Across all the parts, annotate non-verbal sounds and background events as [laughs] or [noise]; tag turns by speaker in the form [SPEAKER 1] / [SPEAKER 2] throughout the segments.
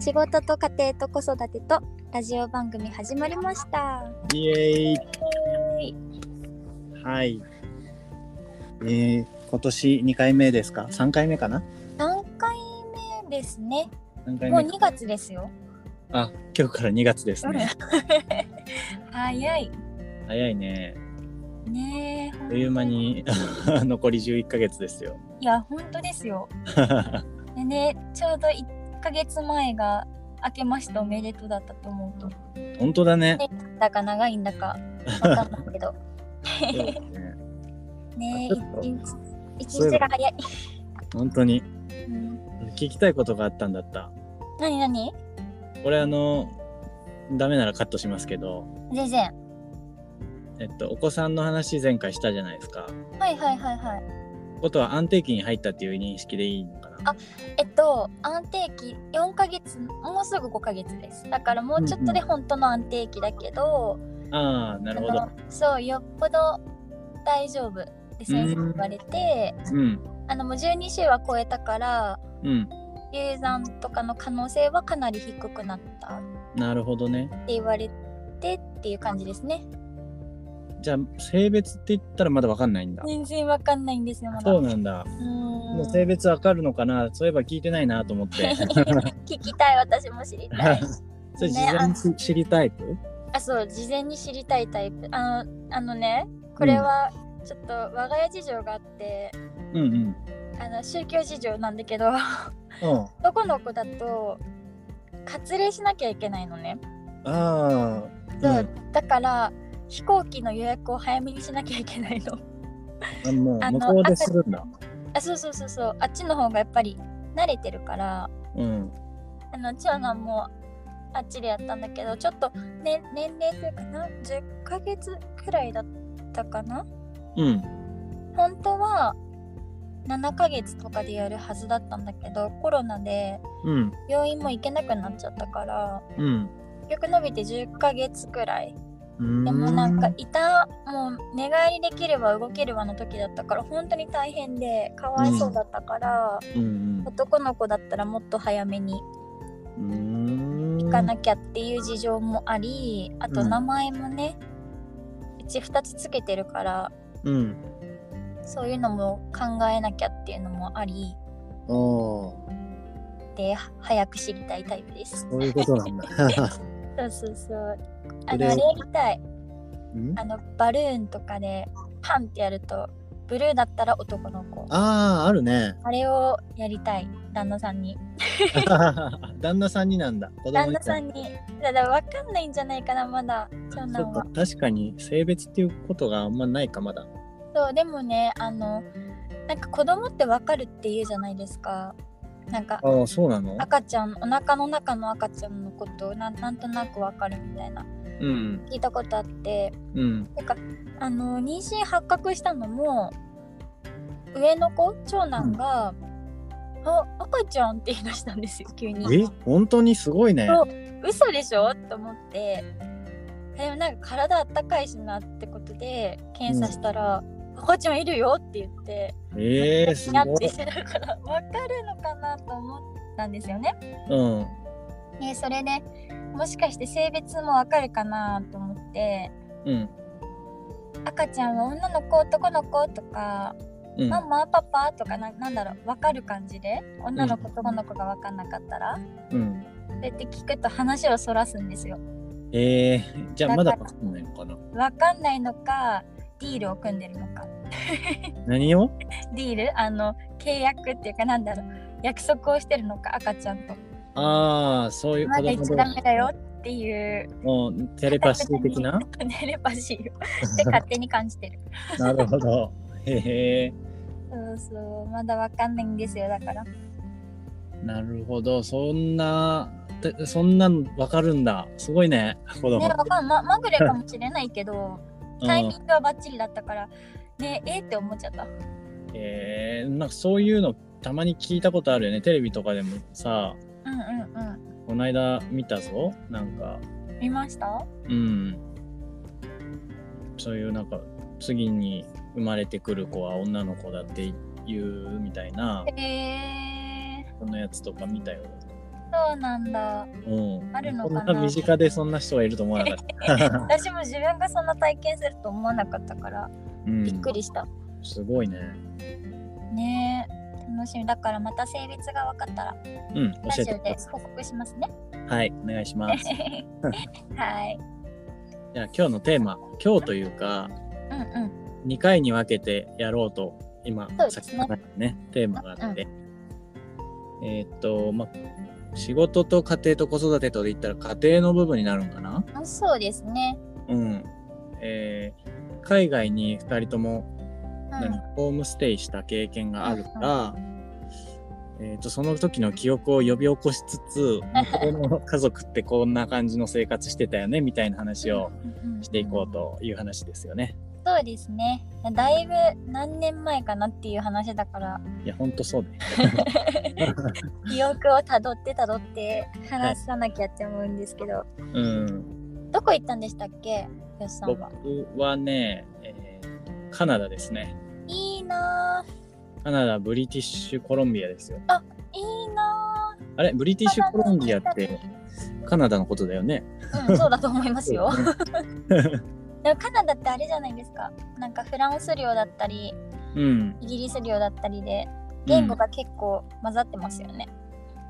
[SPEAKER 1] 仕事と家庭と子育てとラジオ番組始まりました。
[SPEAKER 2] イエーイ
[SPEAKER 1] イ
[SPEAKER 2] はい。えー、今年2回目ですか ?3 回目かな
[SPEAKER 1] 何回目ですね。
[SPEAKER 2] 三回
[SPEAKER 1] もう
[SPEAKER 2] 目
[SPEAKER 1] 2月ですよ。
[SPEAKER 2] あ、今日から2月ですね。
[SPEAKER 1] [laughs] 早い。
[SPEAKER 2] 早いね。
[SPEAKER 1] ねえ。
[SPEAKER 2] あっという間に [laughs] 残り11ヶ月ですよ。
[SPEAKER 1] いや、本当です
[SPEAKER 2] [laughs]
[SPEAKER 1] よ。でね、ちょうど1ヶ月前が明けましておめでとうだったと思うと、
[SPEAKER 2] 本当だね。
[SPEAKER 1] だか長いんだかわかんないけ
[SPEAKER 2] [laughs]
[SPEAKER 1] ど、
[SPEAKER 2] そうだね
[SPEAKER 1] ね
[SPEAKER 2] あちょっと
[SPEAKER 1] え、一日一
[SPEAKER 2] そういえば
[SPEAKER 1] 日が早い。
[SPEAKER 2] 本当に。
[SPEAKER 1] うん、
[SPEAKER 2] 聞きたいことがあったんだった。
[SPEAKER 1] 何何
[SPEAKER 2] これあの、ダメならカットしますけど、
[SPEAKER 1] 全然。
[SPEAKER 2] えっと、お子さんの話前回したじゃないですか。
[SPEAKER 1] はいはいはいはい。
[SPEAKER 2] ことは安定期に入ったっていう認識でいいのかな
[SPEAKER 1] えっと安定期4ヶ月もうすぐ5ヶ月ですだからもうちょっと
[SPEAKER 2] うん
[SPEAKER 1] で本当の安定期だけど、
[SPEAKER 2] ああ、なるほど
[SPEAKER 1] あ。のそうよっぽど大丈夫って先生に言われて、
[SPEAKER 2] うん。
[SPEAKER 1] あのもう12週は超えたから
[SPEAKER 2] うん。
[SPEAKER 1] 流産とかの可能性はかなり低くなったって
[SPEAKER 2] なるほどね。
[SPEAKER 1] 言われてっていう感じですね
[SPEAKER 2] じゃあ、性別って言ったらまだわかんないんだ。
[SPEAKER 1] 全然わかんないんですよまだ
[SPEAKER 2] そうなんだ。
[SPEAKER 1] うーん
[SPEAKER 2] もう性別わかるのかなそういえば聞いてないなと思
[SPEAKER 1] [laughs]
[SPEAKER 2] って。
[SPEAKER 1] 聞きたい私も知りたい
[SPEAKER 2] それ事前に知知りタイプ
[SPEAKER 1] あそう事前に知りたいタイプあのあのねこれはちょっと我が家事情があって、
[SPEAKER 2] うんうん。
[SPEAKER 1] あの宗教事情なんだけど [laughs]
[SPEAKER 2] うん。
[SPEAKER 1] 男の子だと割礼しなきゃいけないのね、
[SPEAKER 2] あ
[SPEAKER 1] そう
[SPEAKER 2] あ。
[SPEAKER 1] だから飛行機の予約を早めにしなきゃいけないの [laughs]
[SPEAKER 2] うん。もう
[SPEAKER 1] あ
[SPEAKER 2] 向
[SPEAKER 1] の
[SPEAKER 2] こうでするんだ。
[SPEAKER 1] あそうそうそうそうあっちの方がやっぱり慣れてるから
[SPEAKER 2] うん。
[SPEAKER 1] あの長男もあっちでやったんだけどちょっと、ね、年齢というかな10ヶ月くらいだったかな
[SPEAKER 2] うん。
[SPEAKER 1] 本当は7ヶ月とかでやるはずだったんだけどコロナで
[SPEAKER 2] うん。
[SPEAKER 1] 病院も行けなくなっちゃったから
[SPEAKER 2] うん。
[SPEAKER 1] 結局伸びて10ヶ月くらいう
[SPEAKER 2] ーん
[SPEAKER 1] でもなんかいたもう寝返りできれば動けるわの時だったから本当に大変でかわいそうだったから、
[SPEAKER 2] うん
[SPEAKER 1] 男の子だったらもっと早めに
[SPEAKER 2] うん。うーん
[SPEAKER 1] 行かなきゃっていう事情もありあと
[SPEAKER 2] うん
[SPEAKER 1] 名前もね、うち2つつけてるから
[SPEAKER 2] うん。
[SPEAKER 1] そういうのも考えなきゃっていうのもあり
[SPEAKER 2] ああ。そ
[SPEAKER 1] では早く知りたいタイプです。
[SPEAKER 2] ういうこと
[SPEAKER 1] [laughs]
[SPEAKER 2] なんだ。
[SPEAKER 1] そうそうそう。あ
[SPEAKER 2] そ
[SPEAKER 1] の
[SPEAKER 2] れ
[SPEAKER 1] あれやりたい。
[SPEAKER 2] うん
[SPEAKER 1] あのバルーンとかでパンってやるとブルーだったら男の子。
[SPEAKER 2] ああ、あ
[SPEAKER 1] [laughs]
[SPEAKER 2] るね。
[SPEAKER 1] あれをやりたい旦那さんに。
[SPEAKER 2] 旦那さんになんだ。子
[SPEAKER 1] 旦
[SPEAKER 2] に
[SPEAKER 1] 那さんに。ただ分かんないんじゃないかなまだ長
[SPEAKER 2] そ
[SPEAKER 1] 男
[SPEAKER 2] っか
[SPEAKER 1] は。
[SPEAKER 2] 確かに性別っていうことがあんまないかまだ。
[SPEAKER 1] そうでもねあのなんか子供って分かるって言うじゃないですか。なんか
[SPEAKER 2] ああそうなの
[SPEAKER 1] 赤ちゃんお腹の中の赤ちゃんのことをなんなんとなく分かるみたいな
[SPEAKER 2] うん
[SPEAKER 1] 聞いたことあって
[SPEAKER 2] うん
[SPEAKER 1] なんかあの妊娠発覚したのも上の子長男が「あ赤ちゃん」って言い出したんですよ急
[SPEAKER 2] え
[SPEAKER 1] に。
[SPEAKER 2] 本当にすごいね。
[SPEAKER 1] そう嘘でしょと思ってでもなんか体あったかいしなってことで検査したら「赤ちゃんいるよ」って言って
[SPEAKER 2] えー、す
[SPEAKER 1] にゃっ
[SPEAKER 2] ご
[SPEAKER 1] て
[SPEAKER 2] い。
[SPEAKER 1] してたから分かるのかなと思ったんですよね。
[SPEAKER 2] うん
[SPEAKER 1] でそれでもしかして性別も分かるかなと思って
[SPEAKER 2] うん
[SPEAKER 1] 赤ちゃんは女の子男の子とか
[SPEAKER 2] うん
[SPEAKER 1] ママパパとかななんだろう分かる感じで女の子男の子が分かんなかったら、
[SPEAKER 2] うん。
[SPEAKER 1] そうやって聞くと話をそらすんですよ
[SPEAKER 2] えー、じゃあまだ
[SPEAKER 1] だ
[SPEAKER 2] 分かんないのかな。
[SPEAKER 1] 分かんないのかディールを組んでるのか
[SPEAKER 2] 何を
[SPEAKER 1] ディールあの契約っていうかなんだろう約束をしてるのか赤ちゃんと
[SPEAKER 2] ああそういう
[SPEAKER 1] まだ
[SPEAKER 2] 子
[SPEAKER 1] 1段目だよっていう
[SPEAKER 2] もうテレパシー
[SPEAKER 1] [laughs]
[SPEAKER 2] 的な
[SPEAKER 1] テレパシー
[SPEAKER 2] [laughs]
[SPEAKER 1] をって勝手に感じてる
[SPEAKER 2] なるほど。へえ
[SPEAKER 1] そうそうまだ分かんないんですよだから
[SPEAKER 2] なるほどそんなてそんなの分かるんだすごいね子供。
[SPEAKER 1] ねわかんままぐれかもしれないけど
[SPEAKER 2] うん
[SPEAKER 1] タイミングはバッチリだったからねえーって思っちゃった
[SPEAKER 2] えー、なんかそういうのたまに聞いたことあるよねテレビとかでもさ
[SPEAKER 1] うんうんうん
[SPEAKER 2] この間見たぞなんか
[SPEAKER 1] 見ました
[SPEAKER 2] うんそういうなんか次に生まれてくる子は女の子だっていうみたいな
[SPEAKER 1] えー、
[SPEAKER 2] そのやつとか見たよ
[SPEAKER 1] そうなんだ。
[SPEAKER 2] うん。
[SPEAKER 1] あるのかな
[SPEAKER 2] こんな身近でそんな人がいると思わ
[SPEAKER 1] [laughs]
[SPEAKER 2] なかった。
[SPEAKER 1] 私も自分がそんな体験すると思わなかったから、
[SPEAKER 2] うん
[SPEAKER 1] びっくりした。
[SPEAKER 2] すごいね。
[SPEAKER 1] ねえ、楽しみ。だからまた性別が分かったら、
[SPEAKER 2] うん、
[SPEAKER 1] ラ
[SPEAKER 2] 教
[SPEAKER 1] ジ
[SPEAKER 2] えて
[SPEAKER 1] オ
[SPEAKER 2] くだ
[SPEAKER 1] で
[SPEAKER 2] さ
[SPEAKER 1] 報告しますね。
[SPEAKER 2] い。はい、お願いします。
[SPEAKER 1] [laughs] はい。
[SPEAKER 2] じゃあ今日のテーマ、今日というか、
[SPEAKER 1] うんうん。
[SPEAKER 2] 2回に分けてやろうと、今、
[SPEAKER 1] そうですね
[SPEAKER 2] さっきからね、テーマがあって。えーっと、ま、仕事と家庭と子育てとで言ったら家庭の部分になるんかな
[SPEAKER 1] あそうですね。
[SPEAKER 2] うん。えー海外に2人とも、
[SPEAKER 1] うん。
[SPEAKER 2] 何ホームステイした経験があるから、えーっとその時の記憶を呼び起こしつつ
[SPEAKER 1] [laughs]
[SPEAKER 2] 向こうの家族ってこんな感じの生活してたよねみたいな話を
[SPEAKER 1] うんうん
[SPEAKER 2] していこうという話ですよね。
[SPEAKER 1] そうですね。だいぶ何年前かなっていう話だから、
[SPEAKER 2] いや、ほんとそうね。
[SPEAKER 1] [laughs]
[SPEAKER 2] [laughs]
[SPEAKER 1] 記憶をたどってたどって話さなきゃって思うんですけど、
[SPEAKER 2] うん。
[SPEAKER 1] どこ行ったんでしたっけ、よしさん
[SPEAKER 2] 僕
[SPEAKER 1] は。
[SPEAKER 2] はね、えーカナダですね。
[SPEAKER 1] いいなぁ、
[SPEAKER 2] カナダ、ブリティッシュコロンビアですよ。
[SPEAKER 1] いいな
[SPEAKER 2] あれ、ブリティッシュコロンビアってカナダのことだよね。
[SPEAKER 1] ぁ。うん、そうだと思いますよ。
[SPEAKER 2] [laughs] そうだね
[SPEAKER 1] でもカナダってあれじゃないですか。なんかフランス領だったり、
[SPEAKER 2] うん。
[SPEAKER 1] イギリス領だったりで、言語が結構混ざってますよね。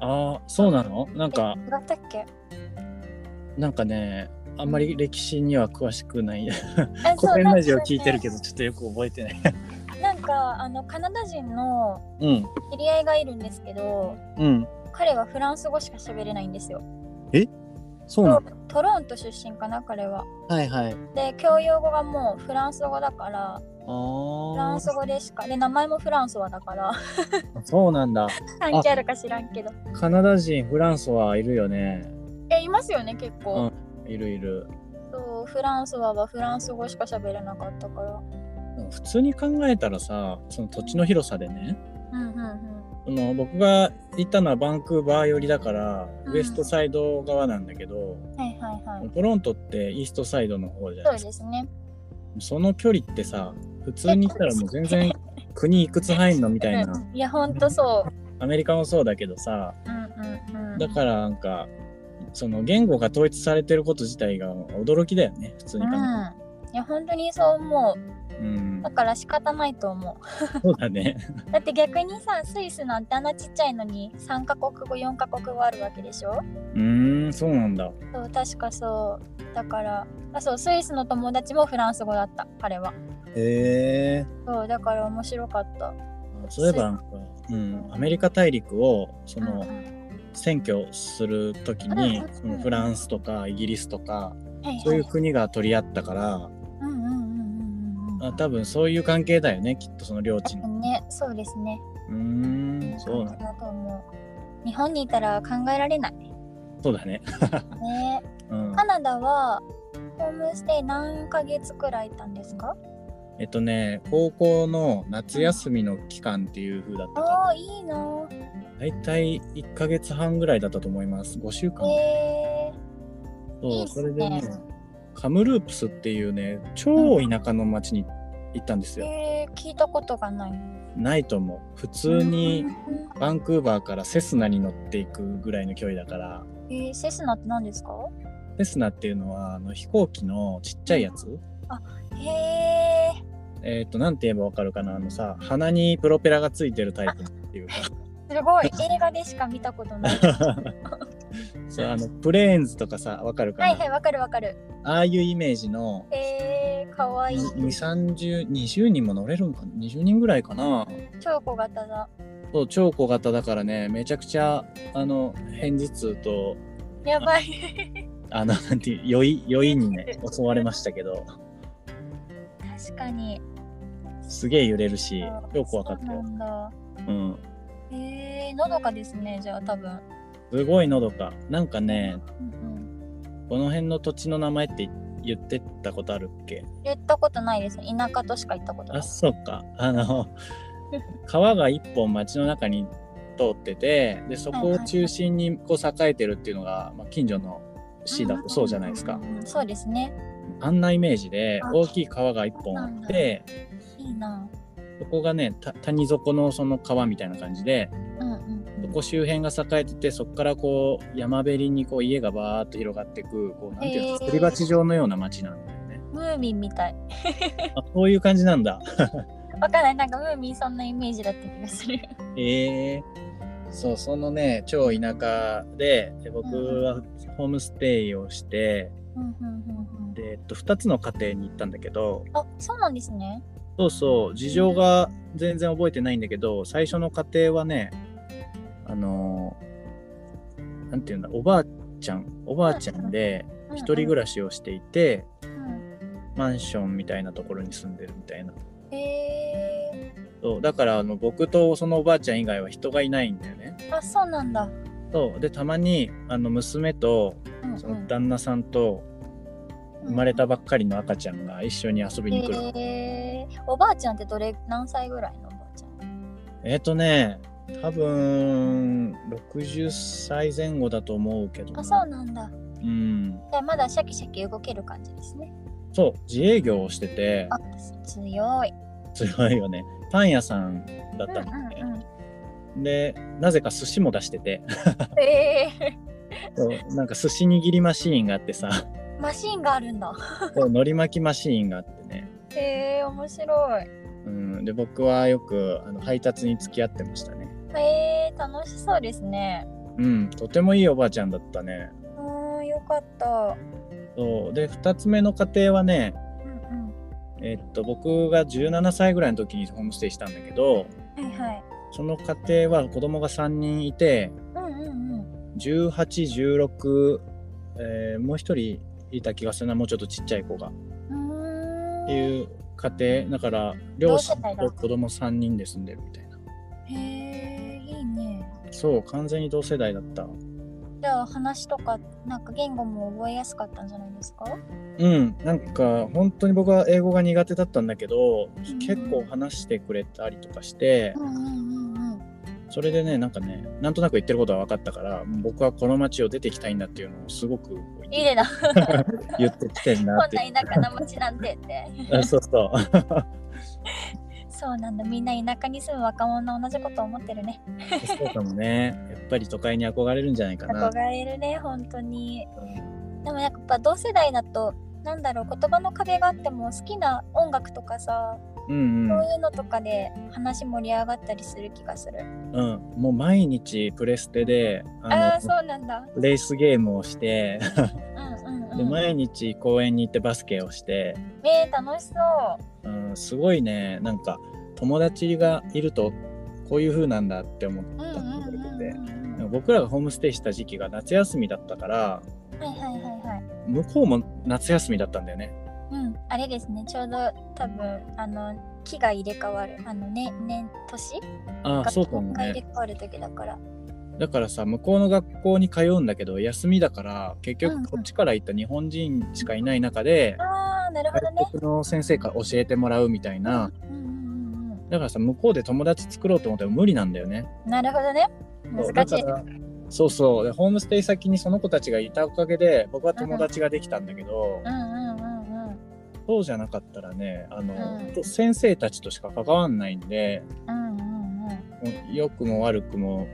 [SPEAKER 2] ああ、そうなのなんか、
[SPEAKER 1] え違ったっけ？
[SPEAKER 2] なんかね、あんまり歴史には詳しくない。
[SPEAKER 1] え
[SPEAKER 2] [laughs] 古典ラジオ聞いてる
[SPEAKER 1] ど。
[SPEAKER 2] けど、ちょっとよく覚えてない。
[SPEAKER 1] なんかあのカナダ人の
[SPEAKER 2] うん。
[SPEAKER 1] 知り合いがいるんですけど、
[SPEAKER 2] うん。
[SPEAKER 1] 彼はフランス語しか喋れないんですよ。
[SPEAKER 2] そうなの
[SPEAKER 1] トロント出身かな彼は。
[SPEAKER 2] はいはい。
[SPEAKER 1] で教養語がもうフランス語だからフラ
[SPEAKER 2] あ
[SPEAKER 1] ンス語でしかで名前もフランソワだから
[SPEAKER 2] あ、そうなんだ。
[SPEAKER 1] 関係あるか知らんけど
[SPEAKER 2] カナダ人、フランスはいるよね。
[SPEAKER 1] えいますよね結構、
[SPEAKER 2] いるいる。
[SPEAKER 1] そうフランソワはフランス語しか喋れなかったから
[SPEAKER 2] 普通に考えたらさその土地の広さでね
[SPEAKER 1] うんうんうん
[SPEAKER 2] その僕が行ったのはバンクーバー寄りだから、
[SPEAKER 1] うん
[SPEAKER 2] ウエストサイド側なんだけど
[SPEAKER 1] はいはいはい
[SPEAKER 2] トロントってイーストサイドの方じゃな
[SPEAKER 1] そ
[SPEAKER 2] いうですか
[SPEAKER 1] ですね
[SPEAKER 2] その距離ってさ普通に行ったらもう全然国いくつ入んのみたいな
[SPEAKER 1] うんいやほんとそ
[SPEAKER 2] アメリカもそうだけどさ
[SPEAKER 1] ううんうんうん
[SPEAKER 2] だからなんかその言語が統一されてること自体が驚きだよね普通に考え
[SPEAKER 1] うんいや本当にそう思う
[SPEAKER 2] たらうん
[SPEAKER 1] だから仕方ないと思
[SPEAKER 2] そうだね
[SPEAKER 1] うだって逆にさスイスなんてあんなちっちゃいのに3カ国語4カ国語あるわけでしょ
[SPEAKER 2] うーんそうなんだ
[SPEAKER 1] そう確かそうだからあそうスイスの友達もフランス語だった彼は
[SPEAKER 2] へえ
[SPEAKER 1] そうだから面白かった
[SPEAKER 2] そういえばなんか、うん、アメリカ大陸をそ
[SPEAKER 1] うん
[SPEAKER 2] の
[SPEAKER 1] うん
[SPEAKER 2] 選挙するときに
[SPEAKER 1] うんうん
[SPEAKER 2] そのフランスとかイギリスとか
[SPEAKER 1] はいはい
[SPEAKER 2] そういう国が取り合ったから
[SPEAKER 1] うんうんうんうんうん
[SPEAKER 2] あ多分そういう関係だよねきっとその領地
[SPEAKER 1] う
[SPEAKER 2] の。
[SPEAKER 1] んねそうですね
[SPEAKER 2] うーんそうな
[SPEAKER 1] 感
[SPEAKER 2] ん
[SPEAKER 1] じだと思う日本にいたら考えられない
[SPEAKER 2] そうだね。
[SPEAKER 1] ね
[SPEAKER 2] うん
[SPEAKER 1] カ、ナダはホームステイ何ヶ月くらいいたんですか
[SPEAKER 2] えっとね高校の夏休みの期間っていう風だったか
[SPEAKER 1] ああいいな
[SPEAKER 2] ら大体1ヶ月半ぐらいだったと思います5週間。
[SPEAKER 1] え
[SPEAKER 2] そ
[SPEAKER 1] いいうっす
[SPEAKER 2] それでね
[SPEAKER 1] ね
[SPEAKER 2] カムループスっていうね超田舎の町に行ったんです
[SPEAKER 1] ー、
[SPEAKER 2] よ。
[SPEAKER 1] えー、聞いたことがない
[SPEAKER 2] ないと思う。普通に
[SPEAKER 1] うん
[SPEAKER 2] バンクーバーからセスナに乗っていくぐらいの距離だから、
[SPEAKER 1] えー、セスナって何ですか
[SPEAKER 2] セスナっていうのはあの飛行機のちっちゃいやつ、
[SPEAKER 1] へえ
[SPEAKER 2] えっ、と、なんて言えばわかるかな、あのさ、鼻にプロペラがついてるタイプっ
[SPEAKER 1] [laughs]
[SPEAKER 2] ていうか、
[SPEAKER 1] す
[SPEAKER 2] [laughs]
[SPEAKER 1] ごい映画でしか見たことない。
[SPEAKER 2] そうあのプレーンズとかさ、わかるかな、
[SPEAKER 1] はいはいわかるわかる。
[SPEAKER 2] ああいうイメージの、
[SPEAKER 1] えー、かわいい。
[SPEAKER 2] 2、30、20人も乗れるんかな、20人ぐらいかな。
[SPEAKER 1] 超小型だ。
[SPEAKER 2] そう超小型だからね、めちゃくちゃ、あの、片頭痛と、
[SPEAKER 1] やばい。
[SPEAKER 2] あの、なんていう、酔い、酔いにね、襲われましたけど。
[SPEAKER 1] 確かに。
[SPEAKER 2] すげえ揺れるし
[SPEAKER 1] あ、
[SPEAKER 2] よくわかった
[SPEAKER 1] そう
[SPEAKER 2] よ
[SPEAKER 1] な。んだ。
[SPEAKER 2] うん。
[SPEAKER 1] えー、のどかですね、じゃあ多分。
[SPEAKER 2] すごいのどか。なんかね、
[SPEAKER 1] うん
[SPEAKER 2] この辺の土地の名前って言ってったことあるっけ
[SPEAKER 1] うん、言ったことないですね。田舎としか行ったことな
[SPEAKER 2] あ、
[SPEAKER 1] い。
[SPEAKER 2] そっか。あ [laughs] の、川が一本町の中に通ってて、で、そこを中心にこう栄えてるっていうのが、まあ、近所の市だとそうじゃないですか
[SPEAKER 1] う。んうんそうですね。
[SPEAKER 2] あんなイメージで
[SPEAKER 1] あ
[SPEAKER 2] 大きい川が一本あって、
[SPEAKER 1] いいな。
[SPEAKER 2] そこがね、た谷底のその川みたいな感じで、
[SPEAKER 1] うんうんうん。
[SPEAKER 2] こ周辺が栄えててそこからこう山べりにこう家がバーッと広がってくこうなんていう
[SPEAKER 1] へ
[SPEAKER 2] の
[SPEAKER 1] ー
[SPEAKER 2] すり鉢状のような町なんだよ [laughs] ね。
[SPEAKER 1] ムーミンみたい。
[SPEAKER 2] あそういう感じなんだ。
[SPEAKER 1] わかんない。なんかムーミンそんなイメージだった気がする。
[SPEAKER 2] ええそうそのね超田舎でで僕はホームステイをして、
[SPEAKER 1] うんうんうんうん
[SPEAKER 2] でえっと、2つの家庭に行ったんだけど
[SPEAKER 1] あ、そうなんですね。
[SPEAKER 2] そうそう事情が全然覚えてないんだけど最初の家庭はねあのーなんていうんだおばあちゃんおばあちゃんで
[SPEAKER 1] うんうん
[SPEAKER 2] 一人暮らしをしていて、
[SPEAKER 1] うん
[SPEAKER 2] マンションみたいなところに住んでるみたいな
[SPEAKER 1] へ
[SPEAKER 2] そうだからあの僕とそのおばあちゃん以外は人がいないんだよね
[SPEAKER 1] ー。あ、そうなんだ。
[SPEAKER 2] そうでたまにあの娘と
[SPEAKER 1] うんうん
[SPEAKER 2] その旦那さんと生まれたばっかりの赤ちゃんが一緒に遊びに来る。
[SPEAKER 1] へーおばあちゃんってどれ何歳ぐらいのおばあちゃん
[SPEAKER 2] えっ、とね、多分60歳前後だと思うけどな
[SPEAKER 1] あそうなんだ
[SPEAKER 2] うん。
[SPEAKER 1] じゃあまだシャキシャキ動ける感じですね
[SPEAKER 2] そう、自営業をしてて、
[SPEAKER 1] あ強い
[SPEAKER 2] 強いよね。パン屋さんだっ
[SPEAKER 1] うん
[SPEAKER 2] たのね。
[SPEAKER 1] うんうん
[SPEAKER 2] で、なぜか寿司も出してて、 [laughs]
[SPEAKER 1] ええ
[SPEAKER 2] そうなんか寿司握りマシーンがあってさ、
[SPEAKER 1] [laughs] マシンがあるんだ
[SPEAKER 2] そう海苔巻きマシーンがあってね。
[SPEAKER 1] へえ面白い
[SPEAKER 2] うん、で、僕はよくあの配達に付き合ってましたね。
[SPEAKER 1] へえ楽しそうですね
[SPEAKER 2] うん、とてもいいおばあちゃんだったね。
[SPEAKER 1] うーんよかった
[SPEAKER 2] そうで、2つ目の家庭はね、
[SPEAKER 1] うん
[SPEAKER 2] えっと、僕が17歳ぐらいの時にホームステイしたんだけど
[SPEAKER 1] うんはいはい
[SPEAKER 2] その家庭は子供が3人いて
[SPEAKER 1] うんうんうん
[SPEAKER 2] 1816、えーもう一人いた気がするなもうちょっとちっちゃい子がっ
[SPEAKER 1] うーん
[SPEAKER 2] ていう家庭だから両親と子供3人で住んでるみたいな
[SPEAKER 1] へえいいね
[SPEAKER 2] そう完全に同世代だった
[SPEAKER 1] じゃあ話とかなんか言語も覚えやすかったんじゃないですか
[SPEAKER 2] うんなんか本当に僕は英語が苦手だったんだけど
[SPEAKER 1] ん
[SPEAKER 2] 結構話してくれたりとかして
[SPEAKER 1] うんうんうんうん
[SPEAKER 2] それでねなんかねなんとなく言ってることは分かったから僕はこの街を出てきたいんだっていうのをすごく
[SPEAKER 1] い [laughs] いねな
[SPEAKER 2] 言ってきてんな
[SPEAKER 1] こ
[SPEAKER 2] っ
[SPEAKER 1] ん
[SPEAKER 2] て。
[SPEAKER 1] [laughs] な田舎な町なんてって。
[SPEAKER 2] あそうそう。 [laughs]
[SPEAKER 1] そうなんだ。みんな田舎に住む若者同じこと思ってるね。
[SPEAKER 2] そうかもね。やっぱり都会に憧れるんじゃないかな
[SPEAKER 1] 憧。れるね、本当に。でもやっぱ同世代だと、なんだろう、言葉の壁があっても好きな音楽とかさ、
[SPEAKER 2] うんう。
[SPEAKER 1] そうんいうのとかで話盛り上がったりする気がする。
[SPEAKER 2] うん。もう毎日プレステで、
[SPEAKER 1] ああー、
[SPEAKER 2] あの、
[SPEAKER 1] そうなんだ。
[SPEAKER 2] レースゲームをして、
[SPEAKER 1] うんうん
[SPEAKER 2] で
[SPEAKER 1] うん。
[SPEAKER 2] 毎日公園に行ってバスケをして、
[SPEAKER 1] ねえ、楽しそう。
[SPEAKER 2] うん、すごいね、なんか友達がいるとこういう風なんだって思っ
[SPEAKER 1] うんうん
[SPEAKER 2] たの
[SPEAKER 1] う
[SPEAKER 2] を覚
[SPEAKER 1] ん
[SPEAKER 2] えてて。
[SPEAKER 1] うんう
[SPEAKER 2] でも僕らがホームステイした時期が夏休みだったから、
[SPEAKER 1] ん。はいはいはいはい。
[SPEAKER 2] 向こうも夏休みだったんだよね。
[SPEAKER 1] うん、あれですね、ちょうど多分、あの、木が入れ替わる、あの、ね、年、年
[SPEAKER 2] ああ、そうかも
[SPEAKER 1] が入
[SPEAKER 2] ね
[SPEAKER 1] れ。替わる時だから。
[SPEAKER 2] だからさ向こうの学校に通うんだけど休みだから結
[SPEAKER 1] うんうん
[SPEAKER 2] 局こっちから行った日本人しかいない中で、
[SPEAKER 1] ああ、なるほどね。
[SPEAKER 2] 外国の先生から教えてもらうみたいな、
[SPEAKER 1] うんうんうん
[SPEAKER 2] だからさ向こうで友達作ろうと思っても無理なんだよね。
[SPEAKER 1] うん。なるほどね。難し
[SPEAKER 2] そう
[SPEAKER 1] い
[SPEAKER 2] だ。からそうそうでホームステイ先にその子たちがいたおかげで僕は友達ができたんだけど、
[SPEAKER 1] うんうんうんうん。
[SPEAKER 2] そうじゃなかったらねあの、
[SPEAKER 1] うん
[SPEAKER 2] ほんと先生たちとしか関わんないんで
[SPEAKER 1] うんうんうん。
[SPEAKER 2] もう良くも悪くも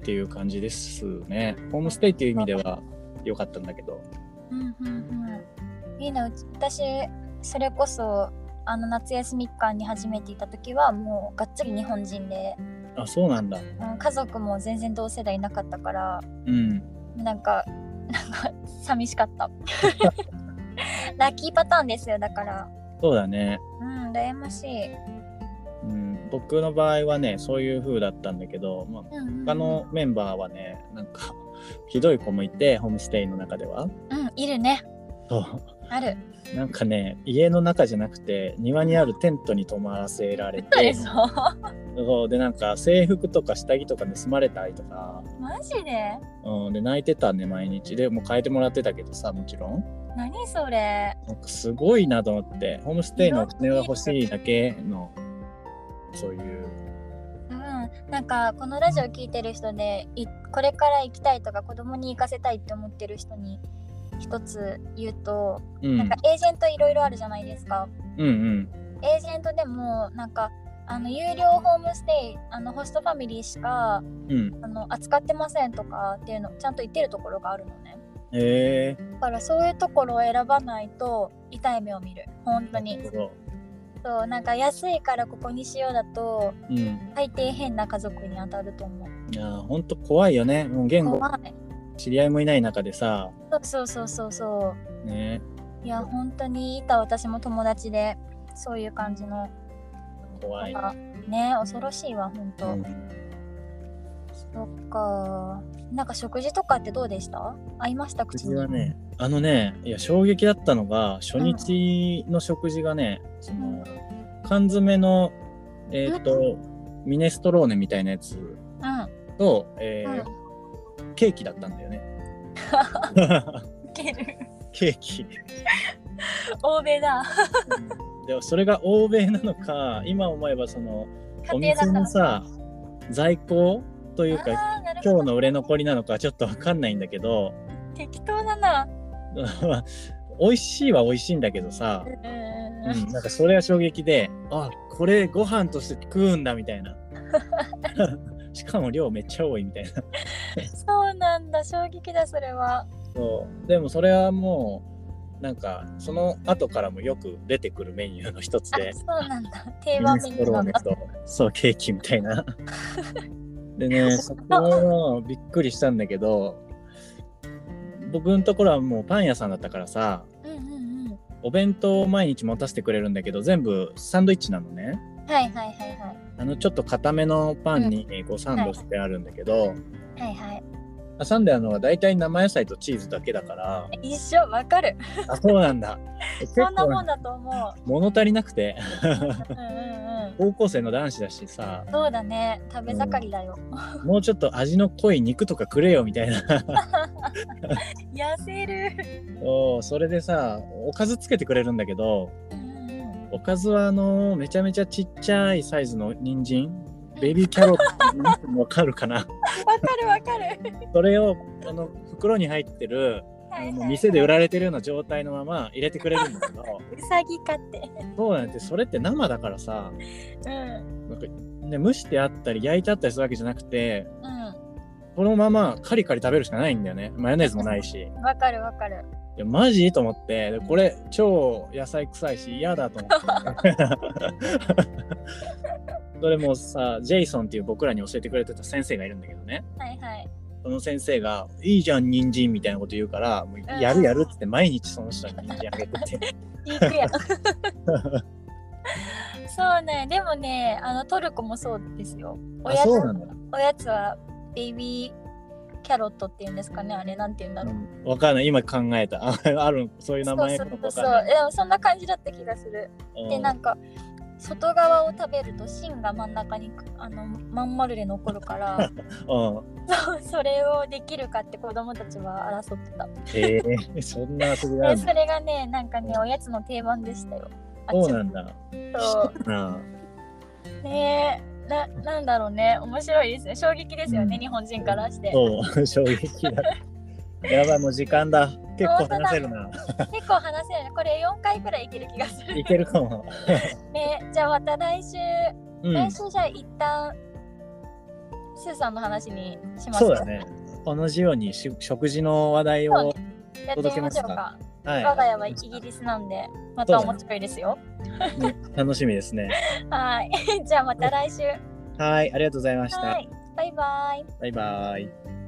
[SPEAKER 2] っていう感じですね。ホームステイっていう意味では良かったんだけど。
[SPEAKER 1] うんうんうん。いいな、うち私、それこそ、あの夏休み期間に初めていた時は、もうがっつり日本人で、
[SPEAKER 2] あそうなんだ。
[SPEAKER 1] うん家族も全然同世代いなかったから、
[SPEAKER 2] うん。
[SPEAKER 1] なんか、なんか、 [laughs] 寂しかった。ラッキーパターンですよ、だから。
[SPEAKER 2] そうだね。
[SPEAKER 1] うん、羨ましい。
[SPEAKER 2] うん、僕の場合はね、そういう風だったんだけど、まあ、
[SPEAKER 1] うんうんうん
[SPEAKER 2] 他の、メンバーはね、なんか、 [laughs] ひどい子もいて、ホームステイの中では。
[SPEAKER 1] うん、いるね。
[SPEAKER 2] そ
[SPEAKER 1] ある。
[SPEAKER 2] う。なんかね、家の中じゃなくて、庭にあるテントに泊まらせられ
[SPEAKER 1] そうで
[SPEAKER 2] て、
[SPEAKER 1] す。
[SPEAKER 2] そうで、なんか制服とか下着とか盗まれたりとか、
[SPEAKER 1] [laughs] マジで
[SPEAKER 2] うん、で、泣いてたね、毎日。で、もう変えてもらってたけどさ、もちろん。
[SPEAKER 1] 何それ
[SPEAKER 2] なんかすごいなと思って、ホームステイのお金が欲しいだけの、そういう
[SPEAKER 1] うんなんかこのラジオ聞いてる人でいこれから行きたいとか子供に行かせたいって思ってる人に一つ言うと、
[SPEAKER 2] うん
[SPEAKER 1] なんかエージェントいろいろあるじゃないですか
[SPEAKER 2] うんうん
[SPEAKER 1] エージェントでもなんかあの有料ホームステイあのホストファミリーしか
[SPEAKER 2] うん。
[SPEAKER 1] あの扱ってませんとかっていうのちゃんと言ってるところがあるのね
[SPEAKER 2] へえ
[SPEAKER 1] だからそういうところを選ばないと痛い目を見る本当に
[SPEAKER 2] なるほど
[SPEAKER 1] そうなんか安いからここにしようだと
[SPEAKER 2] うん。
[SPEAKER 1] 大抵変な家族に当たると思う
[SPEAKER 2] いやー、ほんと怖いよね。もう言語、
[SPEAKER 1] 怖い
[SPEAKER 2] 知り合いもいない中でさ、
[SPEAKER 1] そうそうそうそうそ
[SPEAKER 2] ね。
[SPEAKER 1] ういや本当にいた私も友達でそういう感じの
[SPEAKER 2] 怖い
[SPEAKER 1] なん。かね恐ろしいわ本当、
[SPEAKER 2] うん
[SPEAKER 1] そっかなんか食事とかってどうでした合いました
[SPEAKER 2] 食
[SPEAKER 1] 口
[SPEAKER 2] 事
[SPEAKER 1] に
[SPEAKER 2] はね、あのね、いや、衝撃だったのが、初日の食事がね、その、缶詰の、えっ、と、ミネストローネみたいなやつ
[SPEAKER 1] うん
[SPEAKER 2] と、え
[SPEAKER 1] うん
[SPEAKER 2] ーケーキだったんだ
[SPEAKER 1] [laughs]
[SPEAKER 2] よね。
[SPEAKER 1] 受ける
[SPEAKER 2] ケーキ。
[SPEAKER 1] 欧米だ
[SPEAKER 2] でそれが欧米なのか、今思えばその、お
[SPEAKER 1] 家庭だ
[SPEAKER 2] 店
[SPEAKER 1] から
[SPEAKER 2] のさ、在庫というか、
[SPEAKER 1] あーなるほど
[SPEAKER 2] 今日の売れ残りなのかちょっとわかんないんだけど、 [laughs]
[SPEAKER 1] 適当だな
[SPEAKER 2] 美味しいは美味しいんだけどさ、
[SPEAKER 1] うんうん
[SPEAKER 2] うん、なんかそれは衝撃で、あこれご飯として食うんだみた
[SPEAKER 1] [laughs]
[SPEAKER 2] いな。しかも量めっちゃ多いみたいな。
[SPEAKER 1] そうなんだ衝撃だそれは
[SPEAKER 2] そうでもそれはもう、なんかその後からもよく出てくるメニューの一つ
[SPEAKER 1] あ
[SPEAKER 2] で、
[SPEAKER 1] そうなんだ定
[SPEAKER 2] ミ
[SPEAKER 1] 番
[SPEAKER 2] ネ
[SPEAKER 1] メニュ
[SPEAKER 2] スト
[SPEAKER 1] ーな
[SPEAKER 2] ロー
[SPEAKER 1] ん
[SPEAKER 2] ネ
[SPEAKER 1] だ
[SPEAKER 2] と、そう、ケーキみた
[SPEAKER 1] [laughs]
[SPEAKER 2] いな。でね、そこもびっくりしたんだけど、僕のところはもうパン屋さんだったからさ、
[SPEAKER 1] うんうん
[SPEAKER 2] お弁当を毎日持たせてくれるんだけど、全部サンドイッチなのね。
[SPEAKER 1] うんはいはいはいはい
[SPEAKER 2] あのちょっと固めのパンにこうサンドしてあるんだけど、
[SPEAKER 1] はいはい
[SPEAKER 2] 挟んであるのは大体生野菜とチーズだけだから、
[SPEAKER 1] 一緒わかる
[SPEAKER 2] あ、そうな
[SPEAKER 1] [laughs]
[SPEAKER 2] んだ。結
[SPEAKER 1] そんなもん
[SPEAKER 2] 構
[SPEAKER 1] だと思う
[SPEAKER 2] 物足りなくて、
[SPEAKER 1] うんうんうん
[SPEAKER 2] 高校生の男子だしさ、
[SPEAKER 1] そうだね食べ盛りだよ、
[SPEAKER 2] もうちょっと味の濃い肉とかくれよみたいな。
[SPEAKER 1] 痩せる
[SPEAKER 2] そうそれでさ、おかずつけてくれるんだけど、
[SPEAKER 1] うんうん
[SPEAKER 2] おかずはあの、めちゃめちゃちっちゃいサイズの人参ベビーキャロット、わかるかな
[SPEAKER 1] わかるわかる
[SPEAKER 2] それを、あの、袋に入ってる、
[SPEAKER 1] はいはい
[SPEAKER 2] 店で売られてるような状態のまま入れてくれるんだけど、
[SPEAKER 1] うさぎかって
[SPEAKER 2] そうなんてそれって生だからさ、
[SPEAKER 1] うん
[SPEAKER 2] なんかね、蒸してあったり焼いてあったりするわけじゃなくて
[SPEAKER 1] う
[SPEAKER 2] このままカリカリ食べるしかないんだよねマヨネーズもないしい
[SPEAKER 1] んわかるわかる
[SPEAKER 2] やマジと思ってでこれ超野菜臭いし嫌だと思って [laughs] それもさジェイソンっていう僕らに教えてくれてた先生がいるんだけどね
[SPEAKER 1] はいはい
[SPEAKER 2] その先生が「いいじゃん人参みたいなこと言うから「もうやるやる」っつって毎日その人に人参あげて
[SPEAKER 1] [laughs]
[SPEAKER 2] て
[SPEAKER 1] いく
[SPEAKER 2] [laughs]
[SPEAKER 1] やんそうねでもねあのトルコもそうですよお
[SPEAKER 2] あ
[SPEAKER 1] やつ
[SPEAKER 2] そうなんだ、
[SPEAKER 1] おやつはベイビーキャロットっていうんですかねあれなんて言うんだ
[SPEAKER 2] う
[SPEAKER 1] ろう、
[SPEAKER 2] ん、分かんない今考えたああるそういう名前
[SPEAKER 1] そう
[SPEAKER 2] か
[SPEAKER 1] そうそ
[SPEAKER 2] もか
[SPEAKER 1] うん
[SPEAKER 2] ない
[SPEAKER 1] でもそんな感じだった気がする、で
[SPEAKER 2] うん
[SPEAKER 1] なんか外側を食べると芯が真ん中にあのまん丸で残るから
[SPEAKER 2] [laughs] うん
[SPEAKER 1] そうそれをできるかって子供たちは争ってた
[SPEAKER 2] へえそんな遊びがあ
[SPEAKER 1] で [laughs]
[SPEAKER 2] る
[SPEAKER 1] そ
[SPEAKER 2] んだ。
[SPEAKER 1] れがねなんかねおやつの定番でしたよあっ
[SPEAKER 2] そ
[SPEAKER 1] ち
[SPEAKER 2] う
[SPEAKER 1] も
[SPEAKER 2] なんだ。
[SPEAKER 1] そう
[SPEAKER 2] あ
[SPEAKER 1] ねえななんだろうね面白いですね衝撃ですよね、
[SPEAKER 2] うん
[SPEAKER 1] 日本人からして
[SPEAKER 2] そう、 [laughs] 衝撃だ。やばい、もう時間だ。結構話せるな。
[SPEAKER 1] 結構話せるねこれ4回くらいいける気がする
[SPEAKER 2] いけるかも。
[SPEAKER 1] ねじゃあまた来週、
[SPEAKER 2] うん
[SPEAKER 1] 来、週じゃあ一旦スーさんの話にします
[SPEAKER 2] そうだね。同じようにし食事の話題
[SPEAKER 1] そう
[SPEAKER 2] を、
[SPEAKER 1] やってみましょうか我が家は
[SPEAKER 2] は
[SPEAKER 1] イ
[SPEAKER 2] い、
[SPEAKER 1] ギリスなんでまた面白いですよ
[SPEAKER 2] ね楽しみですね。
[SPEAKER 1] はい [laughs] じゃあまた来週
[SPEAKER 2] はい、ありがとうございました。
[SPEAKER 1] はいバイバイ
[SPEAKER 2] バイバイ。